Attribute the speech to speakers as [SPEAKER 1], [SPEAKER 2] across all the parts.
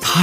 [SPEAKER 1] 他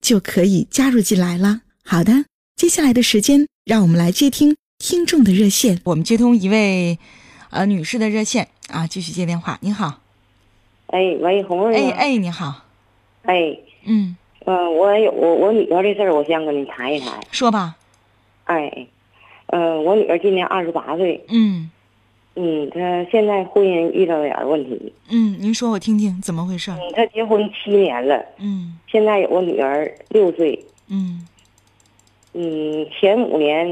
[SPEAKER 2] 就可以加入进来了。好的，接下来的时间，让我们来接听听众的热线。
[SPEAKER 3] 我们接通一位呃女士的热线啊，继续接电话。您好，
[SPEAKER 4] 哎，喂，红瑞
[SPEAKER 3] 哎
[SPEAKER 4] 吗，
[SPEAKER 3] 哎，你好，
[SPEAKER 4] 哎，
[SPEAKER 3] 嗯，
[SPEAKER 4] 嗯，我有我我女儿这事儿，我想跟你谈一谈。
[SPEAKER 3] 说吧，
[SPEAKER 4] 哎，呃，我女儿今年二十八岁，
[SPEAKER 3] 嗯
[SPEAKER 4] 嗯，她现在婚姻遇到点儿问题，
[SPEAKER 3] 嗯，您说我听听怎么回事儿？
[SPEAKER 4] 嗯，她结婚七年了，
[SPEAKER 3] 嗯
[SPEAKER 4] 现在有个女儿六岁，
[SPEAKER 3] 嗯
[SPEAKER 4] 嗯，前五年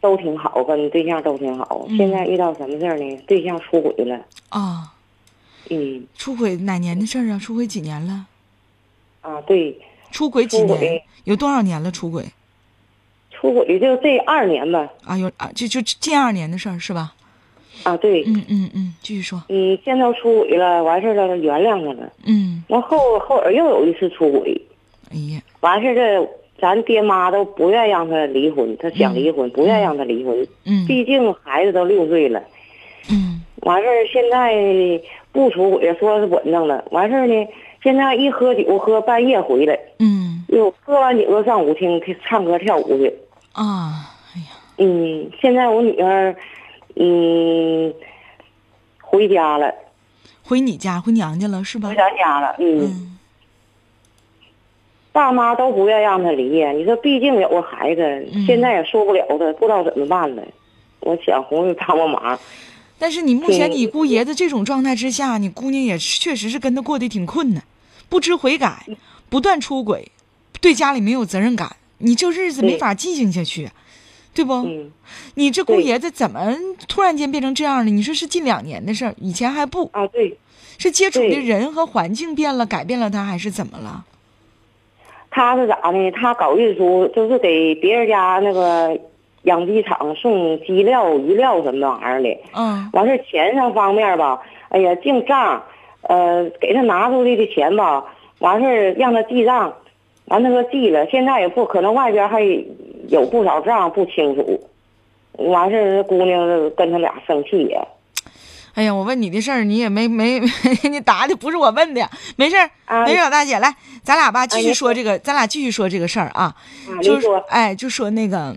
[SPEAKER 4] 都挺好，跟啊对象都挺好，
[SPEAKER 3] 嗯
[SPEAKER 4] 现在遇到什么事儿呢？对象出轨了，
[SPEAKER 3] 哦，
[SPEAKER 4] 嗯，
[SPEAKER 3] 出轨哪年的事儿啊？出轨几年了？
[SPEAKER 4] 啊，对，
[SPEAKER 3] 出轨几
[SPEAKER 4] 出
[SPEAKER 3] 年
[SPEAKER 4] 轨？
[SPEAKER 3] 有多少年了？出轨
[SPEAKER 4] 出轨就这二年吧，
[SPEAKER 3] 啊？有啊，就就近二年的事儿是吧？
[SPEAKER 4] 啊，对，
[SPEAKER 3] 嗯嗯嗯，继续说。
[SPEAKER 4] 嗯，现在出轨了，完事儿了，原谅她了。
[SPEAKER 3] 嗯，
[SPEAKER 4] 完后后边又有一次出轨，
[SPEAKER 3] 哎呀，
[SPEAKER 4] 完事儿这咱爹妈都不愿让他离婚，他想离婚，不愿让他离婚，
[SPEAKER 3] 嗯
[SPEAKER 4] 毕竟孩子都六岁了。
[SPEAKER 3] 嗯
[SPEAKER 4] 完事儿现在不出轨，说是稳当了。完事儿呢，现在一喝酒喝半夜回来，
[SPEAKER 3] 嗯
[SPEAKER 4] 又喝完酒又上舞厅去唱歌跳舞去。
[SPEAKER 3] 啊，哎呀，
[SPEAKER 4] 嗯，现在我女儿，嗯，回家了，
[SPEAKER 3] 回你家回娘家了是吧
[SPEAKER 4] 回？咱家了。嗯，
[SPEAKER 3] 嗯
[SPEAKER 4] 爸妈都不愿让她离呀。你说，毕竟有个孩子，现在也说不了她，不知道怎么办了。我想红玉帮帮忙。
[SPEAKER 3] 但是你目前
[SPEAKER 4] 对
[SPEAKER 3] 你姑爷的这种状态之下，你姑娘也是确实是跟他过得挺困难，不知悔改，不断出轨，对家里没有责任感，你这日子
[SPEAKER 4] 对
[SPEAKER 3] 没法进行下去，对不？
[SPEAKER 4] 嗯，
[SPEAKER 3] 你这姑
[SPEAKER 4] 对
[SPEAKER 3] 爷子怎么突然间变成这样了？你说是近两年的事儿，以前还不
[SPEAKER 4] 啊，对，
[SPEAKER 3] 是接触的
[SPEAKER 4] 对
[SPEAKER 3] 人和环境变了，改变了他，还是怎么了？
[SPEAKER 4] 他是咋呢？他搞运输，就是给别人家那个养鸡场送鸡料、鱼料什么玩意儿的。
[SPEAKER 3] 嗯
[SPEAKER 4] 完事儿钱上方面吧，哎呀，净账，呃，给他拿出去的钱吧，完事儿让他记账，完他说记了，现在也不可能外边还有不少账不清楚，完事儿姑娘跟他俩生气呀，
[SPEAKER 3] 哎呀，我问你的事儿，你也没没 你答的不是我问的，没事儿，
[SPEAKER 4] 啊
[SPEAKER 3] 没事儿，老大姐，来，咱俩吧继续
[SPEAKER 4] 你
[SPEAKER 3] 说这个，咱俩继续说这个事儿啊。
[SPEAKER 4] 啊，
[SPEAKER 3] 就
[SPEAKER 4] 您
[SPEAKER 3] 是
[SPEAKER 4] 说，
[SPEAKER 3] 哎，就说那个，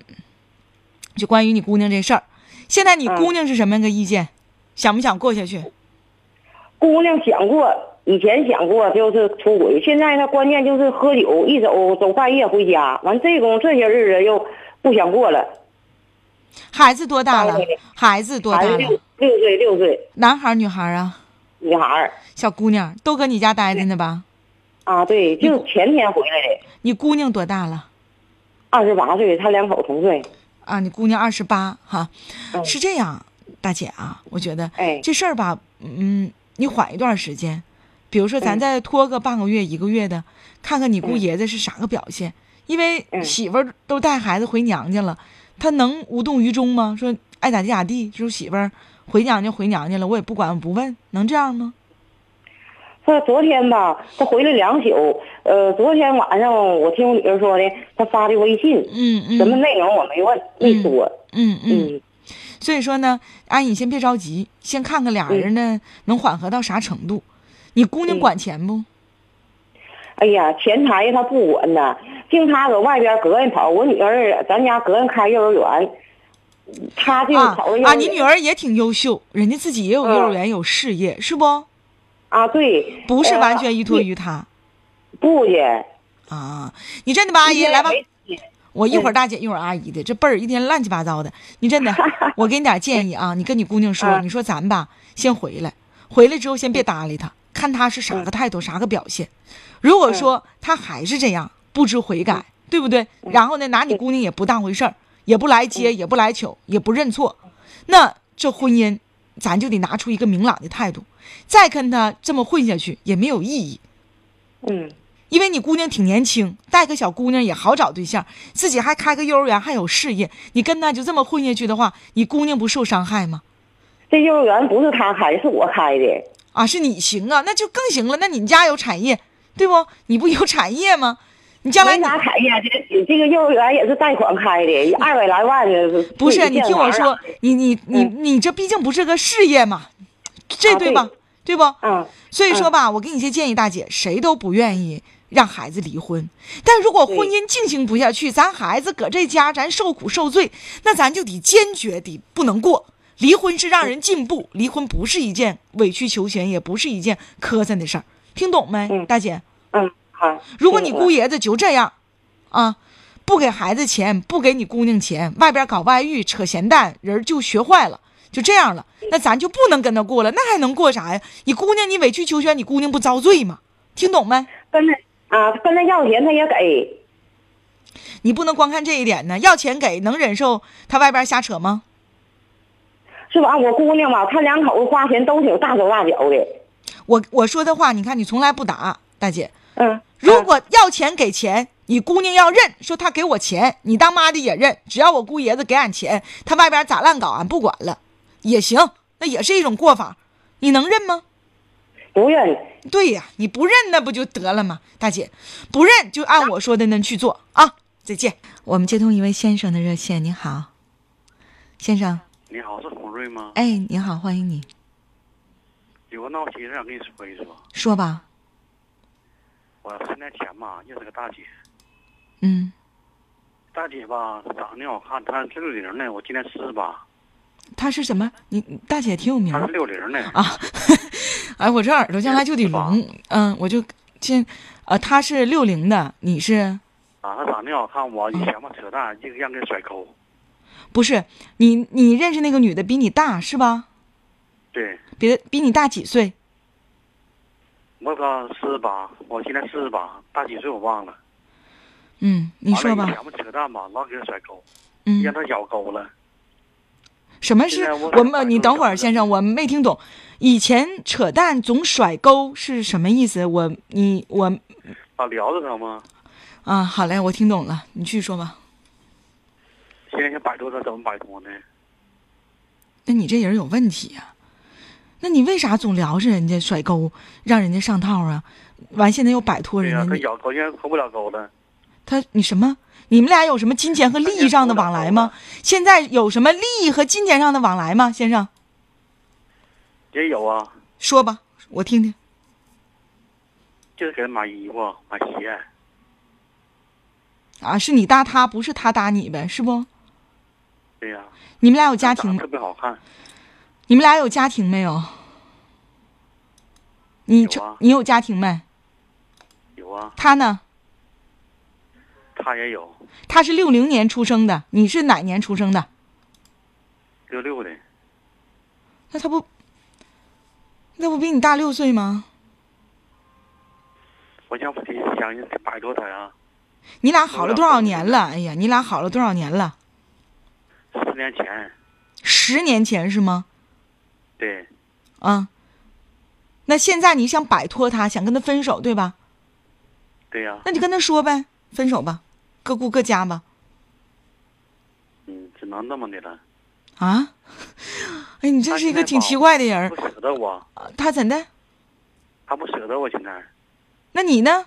[SPEAKER 3] 就关于你姑娘这事儿，现在你
[SPEAKER 4] 嗯
[SPEAKER 3] 姑娘是什么个意见？想不想过下去？
[SPEAKER 4] 姑娘想过，以前想过就是出轨，现在她关键就是喝酒，一走走半夜回家，完这种这些日子又不想过了。
[SPEAKER 3] 孩子多大了
[SPEAKER 4] 大一点？
[SPEAKER 3] 孩子多大
[SPEAKER 4] 孩子
[SPEAKER 3] 了
[SPEAKER 4] 六？六岁六岁，
[SPEAKER 3] 男孩儿女孩儿啊？
[SPEAKER 4] 女孩儿
[SPEAKER 3] 小姑娘都搁你家待着呢吧？
[SPEAKER 4] 啊，对，就前天回来的，
[SPEAKER 3] 你姑娘多大了？
[SPEAKER 4] 二十八岁，他两口同岁。
[SPEAKER 3] 啊，你姑娘二十八哈，
[SPEAKER 4] 嗯
[SPEAKER 3] 是这样，大姐啊，我觉得
[SPEAKER 4] 哎，
[SPEAKER 3] 这事儿吧，嗯，你缓一段时间，比如说咱
[SPEAKER 4] 嗯
[SPEAKER 3] 再拖个半个月、一个月的，看看你姑
[SPEAKER 4] 嗯
[SPEAKER 3] 爷子是啥个表现，因为
[SPEAKER 4] 嗯
[SPEAKER 3] 媳妇儿都带孩子回娘家了，他能无动于衷吗？说爱咋地咋地，说媳妇儿回娘家回娘家了，我也不管我不问，能这样吗？
[SPEAKER 4] 他昨天吧，他回来两宿。呃，昨天晚上我听我女儿说的，他发的微信，
[SPEAKER 3] 嗯
[SPEAKER 4] 什么
[SPEAKER 3] 嗯
[SPEAKER 4] 内容我没问，没说。
[SPEAKER 3] 嗯嗯，
[SPEAKER 4] 嗯
[SPEAKER 3] 所以说呢，阿姨先别着急，先看看俩人呢、能缓和到啥程度。你姑娘
[SPEAKER 4] 嗯
[SPEAKER 3] 管钱不？
[SPEAKER 4] 哎呀，前台他不管呐，净他搁外边隔人跑。我女儿咱家隔人开幼儿园，他净
[SPEAKER 3] 啊
[SPEAKER 4] 跑着幼
[SPEAKER 3] 啊，
[SPEAKER 4] 儿
[SPEAKER 3] 你
[SPEAKER 4] 园
[SPEAKER 3] 女儿也挺优秀，人家自己也
[SPEAKER 4] 嗯
[SPEAKER 3] 有幼儿园、有事业，是不？
[SPEAKER 4] 啊，对，
[SPEAKER 3] 不是
[SPEAKER 4] 呃
[SPEAKER 3] 完全依托于他
[SPEAKER 4] 不去，
[SPEAKER 3] 啊，你真的吧，阿姨
[SPEAKER 4] 一天
[SPEAKER 3] 来吧，
[SPEAKER 4] 也没钱
[SPEAKER 3] 我一会儿大姐一会儿阿姨的，这辈儿一天乱七八糟的。你真的，我给你点建议啊，你跟你姑娘说，
[SPEAKER 4] 啊
[SPEAKER 3] 你说咱吧，先回来，回来之后先别搭理她，看她是啥个态度，啥个表现。如果说她还是这样，不知悔改，对不对？然后呢，拿你姑娘也不当回事儿，也不来接，也不来求，也不认错，那这婚姻，咱就得拿出一个明朗的态度。再跟她这么混下去也没有意义。
[SPEAKER 4] 嗯
[SPEAKER 3] 因为你姑娘挺年轻，带个小姑娘也好找对象，自己还开个幼儿园，还有事业，你跟她就这么混下去的话，你姑娘不受伤害吗？
[SPEAKER 4] 这幼儿园不是他开的，是我开的。
[SPEAKER 3] 啊，是你行啊，那就更行了。那你家有产业，对不？你不有产业吗？你将来
[SPEAKER 4] 没
[SPEAKER 3] 你
[SPEAKER 4] 啥产业，这这个幼儿园也是贷款开的，二百来万的。
[SPEAKER 3] 不
[SPEAKER 4] 自
[SPEAKER 3] 是
[SPEAKER 4] 己
[SPEAKER 3] 你
[SPEAKER 4] 建
[SPEAKER 3] 听我
[SPEAKER 4] 玩儿
[SPEAKER 3] 说
[SPEAKER 4] 啊，，
[SPEAKER 3] 你你你你这毕竟不是个事业嘛，这
[SPEAKER 4] 啊
[SPEAKER 3] 对
[SPEAKER 4] 对
[SPEAKER 3] 吧？对不？
[SPEAKER 4] 嗯
[SPEAKER 3] 所以说吧，我给你一些建议，大姐，谁都不愿意让孩子离婚，但如果婚姻进行不下去，咱孩子搁这家咱受苦受罪，那咱就得坚决的不能过。离婚是让人进步，离婚不是一件委曲求全，也不是一件磕碜的事儿，听懂没，
[SPEAKER 4] 嗯
[SPEAKER 3] 大姐？
[SPEAKER 4] 嗯，好。
[SPEAKER 3] 如果你
[SPEAKER 4] 嗯
[SPEAKER 3] 姑爷子就这样，啊，不给孩子钱，不给你姑娘钱，外边搞外遇、扯闲蛋，人就学坏了，就这样了。那咱就不能跟他过了，那还能过啥呀？你姑娘，你委曲求全，你姑娘不遭罪吗？听懂没？
[SPEAKER 4] 跟他啊，跟他要钱他也给，
[SPEAKER 3] 你不能光看这一点呢。要钱给能忍受他外边瞎扯吗？
[SPEAKER 4] 是吧？啊我姑娘吧，她两口子花钱都挺大手大脚的。
[SPEAKER 3] 我我说的话，你看你从来不打，大姐。
[SPEAKER 4] 嗯，
[SPEAKER 3] 如果要钱给钱，你姑娘要认，说她给我钱，你当妈的也认，只要我姑爷子给俺钱，他外边咋乱搞俺不管了，也行，那也是一种过法，你能认吗？
[SPEAKER 4] 不愿意。
[SPEAKER 3] 对呀，你不认那不就得了吗？大姐，不认就按我说的那去做啊！再见。我们接通一位先生的热线，你好，先生，
[SPEAKER 5] 你好，是洪瑞吗？
[SPEAKER 3] 哎，你好，欢迎你，
[SPEAKER 5] 有个闹心事想跟你说一说。
[SPEAKER 3] 说吧，
[SPEAKER 5] 我十年前吧认识个大姐，
[SPEAKER 3] 嗯，
[SPEAKER 5] 大姐吧长得挺好看，她是六零的，我今年四十八，
[SPEAKER 3] 他是什么？你你大姐挺有名
[SPEAKER 5] 她
[SPEAKER 3] 儿
[SPEAKER 5] 是六零的。
[SPEAKER 3] 啊，哎，我这耳朵将来就得聋，嗯，我就先，呃，他是六零的，你是
[SPEAKER 5] 啊，她长得挺好看，我以前吧扯淡，一个让给甩抠。
[SPEAKER 3] 不是？你你认识那个女的比你大是吧？
[SPEAKER 5] 对，
[SPEAKER 3] 比比你大几岁？
[SPEAKER 5] 我她四十八，我今年四十八，大几岁我忘了。
[SPEAKER 3] 嗯，你说
[SPEAKER 5] 完了以
[SPEAKER 3] 吧，
[SPEAKER 5] 前吧扯淡吧，老给她甩抠，
[SPEAKER 3] 嗯，
[SPEAKER 5] 让她咬沟了。
[SPEAKER 3] 什么是
[SPEAKER 5] 现在我
[SPEAKER 3] 我们？你等会儿，
[SPEAKER 5] 我
[SPEAKER 3] 先生，我没听懂。以前扯淡总甩钩是什么意思？我你我
[SPEAKER 5] 啊，聊着她吗？
[SPEAKER 3] 啊，好嘞，我听懂了，你去说吧。
[SPEAKER 5] 现在想摆脱她怎么摆脱呢？
[SPEAKER 3] 那你这人有问题呀、那你为啥总聊着人家甩钩，让人家上套啊？完现在又摆脱
[SPEAKER 5] 对
[SPEAKER 3] 人
[SPEAKER 5] 呀、
[SPEAKER 3] 家，
[SPEAKER 5] 她
[SPEAKER 3] 你
[SPEAKER 5] 咬沟现在脱不了沟了。
[SPEAKER 3] 他你什么？你们俩有什么金钱和利益上的往来
[SPEAKER 5] 啊
[SPEAKER 3] 吗？现在有什么利益和金钱上的往来吗？先生，
[SPEAKER 5] 也有啊，
[SPEAKER 3] 说吧，我听听。
[SPEAKER 5] 就是给她买衣服、买鞋。
[SPEAKER 3] 啊，是你搭他，不是他搭你呗，是不？
[SPEAKER 5] 对呀、
[SPEAKER 3] 你们俩有家
[SPEAKER 5] 长
[SPEAKER 3] 庭吗
[SPEAKER 5] 得特？别好看。
[SPEAKER 3] 你们俩有家庭没有？你
[SPEAKER 5] 有
[SPEAKER 3] 这
[SPEAKER 5] 啊
[SPEAKER 3] 你有家庭没？
[SPEAKER 5] 有啊，
[SPEAKER 3] 他呢？
[SPEAKER 5] 他也有
[SPEAKER 3] 他是六零年出生的，你是哪年出生的？
[SPEAKER 5] 六六的，
[SPEAKER 3] 那他不，那不比你大六岁吗？
[SPEAKER 5] 我想想摆脱他呀。
[SPEAKER 3] 你俩好了多少年了？哎呀，你俩好了多少年了？
[SPEAKER 5] 四年前，
[SPEAKER 3] 十年前是吗？
[SPEAKER 5] 对
[SPEAKER 3] 啊，那现在你想摆脱他，想跟他分手，对吧？
[SPEAKER 5] 对呀、
[SPEAKER 3] 那你跟他说呗，分手吧，各顾各家吧。
[SPEAKER 5] 嗯，只能那么的了。
[SPEAKER 3] 啊， 哎，你真是一个挺奇怪的人儿
[SPEAKER 5] 不。舍得我，
[SPEAKER 3] 啊他怎的？
[SPEAKER 5] 他不舍得我。现在，
[SPEAKER 3] 那你呢？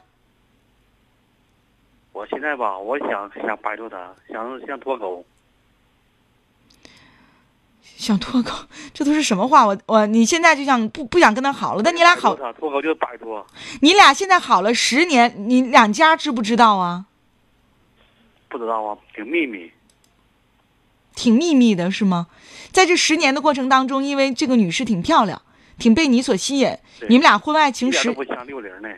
[SPEAKER 5] 我现在吧，我想想摆脱他，想想脱钩。
[SPEAKER 3] 想脱钩，这都是什么话？我我你现在就想不不想跟他好了？但你俩好
[SPEAKER 5] 摆脱，他脱钩就摆脱，
[SPEAKER 3] 你俩现在好了十年，你两家知不知道啊？
[SPEAKER 5] 不知道啊，挺秘密。
[SPEAKER 3] 挺秘密的是吗？在这十年的过程当中，因为这个女士挺漂亮，挺被你所吸引，
[SPEAKER 5] 对
[SPEAKER 3] 你们俩婚外情
[SPEAKER 5] 一点都
[SPEAKER 3] 十
[SPEAKER 5] 不像六零的，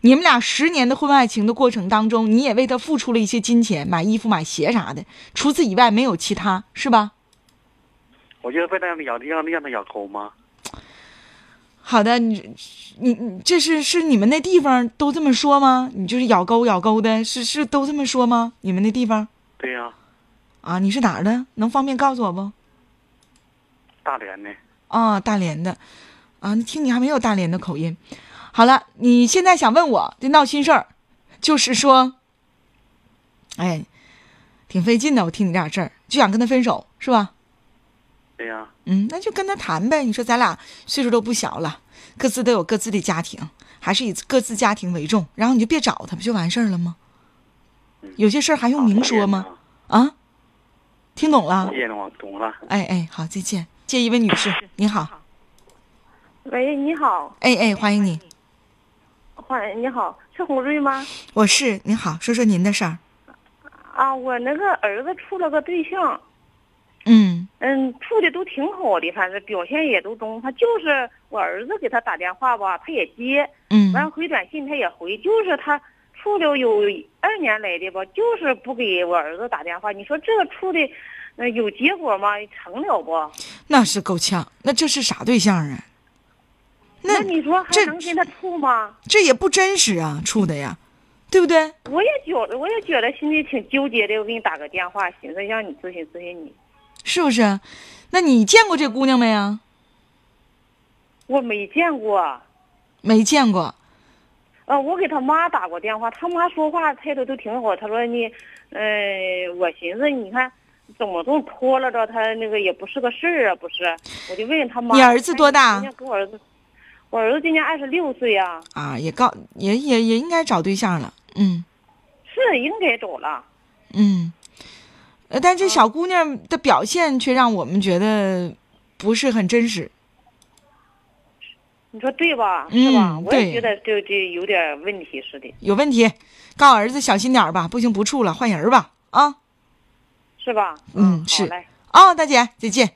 [SPEAKER 3] 你们俩十年的婚外情的过程当中，你也为他付出了一些金钱，买衣服、买鞋啥的。除此以外，没有其他，是吧？
[SPEAKER 5] 我就是被他咬，让让他咬头吗？
[SPEAKER 3] 好的，你你你，这是是你们那地方都这么说吗？你就是咬钩咬钩的，是是都这么说吗？你们那地方
[SPEAKER 5] 对呀、
[SPEAKER 3] 啊？你是哪儿的？能方便告诉我不？
[SPEAKER 5] 大连的，
[SPEAKER 3] 啊，大连的，啊，听你还没有大连的口音。好了，你现在想问我这闹心事儿，就是说，哎，挺费劲的。我听你这点事儿，就想跟他分手，是吧？
[SPEAKER 5] 对呀、
[SPEAKER 3] 嗯，那就跟他谈呗。你说咱俩岁数都不小了，各自都有各自的家庭，还是以各自家庭为重，然后你就别找他，不就完事儿了吗？有些事儿还用明说吗？啊，听懂了
[SPEAKER 5] 谢？谢我懂了。
[SPEAKER 3] 哎哎，好，再见。这一位女士，你好，
[SPEAKER 4] 喂，你好，
[SPEAKER 3] 哎哎，欢迎你，
[SPEAKER 4] 欢迎你好，是红瑞吗？
[SPEAKER 3] 我是你好，说说您的事儿。
[SPEAKER 4] 啊，我那个儿子处了个对象，
[SPEAKER 3] 嗯
[SPEAKER 4] 嗯，处的都挺好的，反正表现也都中。他就是我儿子给他打电话吧，他也接，
[SPEAKER 3] 嗯
[SPEAKER 4] 完回短信他也回，就是他处了有二年来的吧，就是不给我儿子打电话。你说这个处的，呃，有结果吗？成了不？
[SPEAKER 3] 那是够呛。那这是啥对象啊？那
[SPEAKER 4] 那你说还
[SPEAKER 3] 这
[SPEAKER 4] 能跟他处吗？
[SPEAKER 3] 这也不真实啊，处的呀，对不对？
[SPEAKER 4] 我也觉得，我也觉得心里挺纠结的。我给你打个电话，寻思让你咨询咨询你。
[SPEAKER 3] 是不是？那你见过这姑娘没啊？
[SPEAKER 4] 我没见过。
[SPEAKER 3] 没见过。
[SPEAKER 4] 呃，我给他妈打过电话，他妈说话态度都挺好。他说你，呃，我寻思你看，怎么都拖拉着他那个也不是个事儿啊，不是？我就问他妈，
[SPEAKER 3] 你儿子多大
[SPEAKER 4] 今年跟我儿子，我儿子今年二十六岁呀、啊，
[SPEAKER 3] 啊，也告也也也应该找对象了，嗯
[SPEAKER 4] 是应该走了。
[SPEAKER 3] 嗯，呃，但这小姑娘的表现却让我们觉得不是很真实，
[SPEAKER 4] 你说对吧？是吧？
[SPEAKER 3] 嗯
[SPEAKER 4] 我也
[SPEAKER 3] 对
[SPEAKER 4] 觉得这这有点问题似的，
[SPEAKER 3] 有问题，告儿子小心点儿吧，不行不处了，换人儿吧，啊
[SPEAKER 4] 是吧？
[SPEAKER 3] 嗯是
[SPEAKER 4] 好嘞。
[SPEAKER 3] 啊、大姐再见，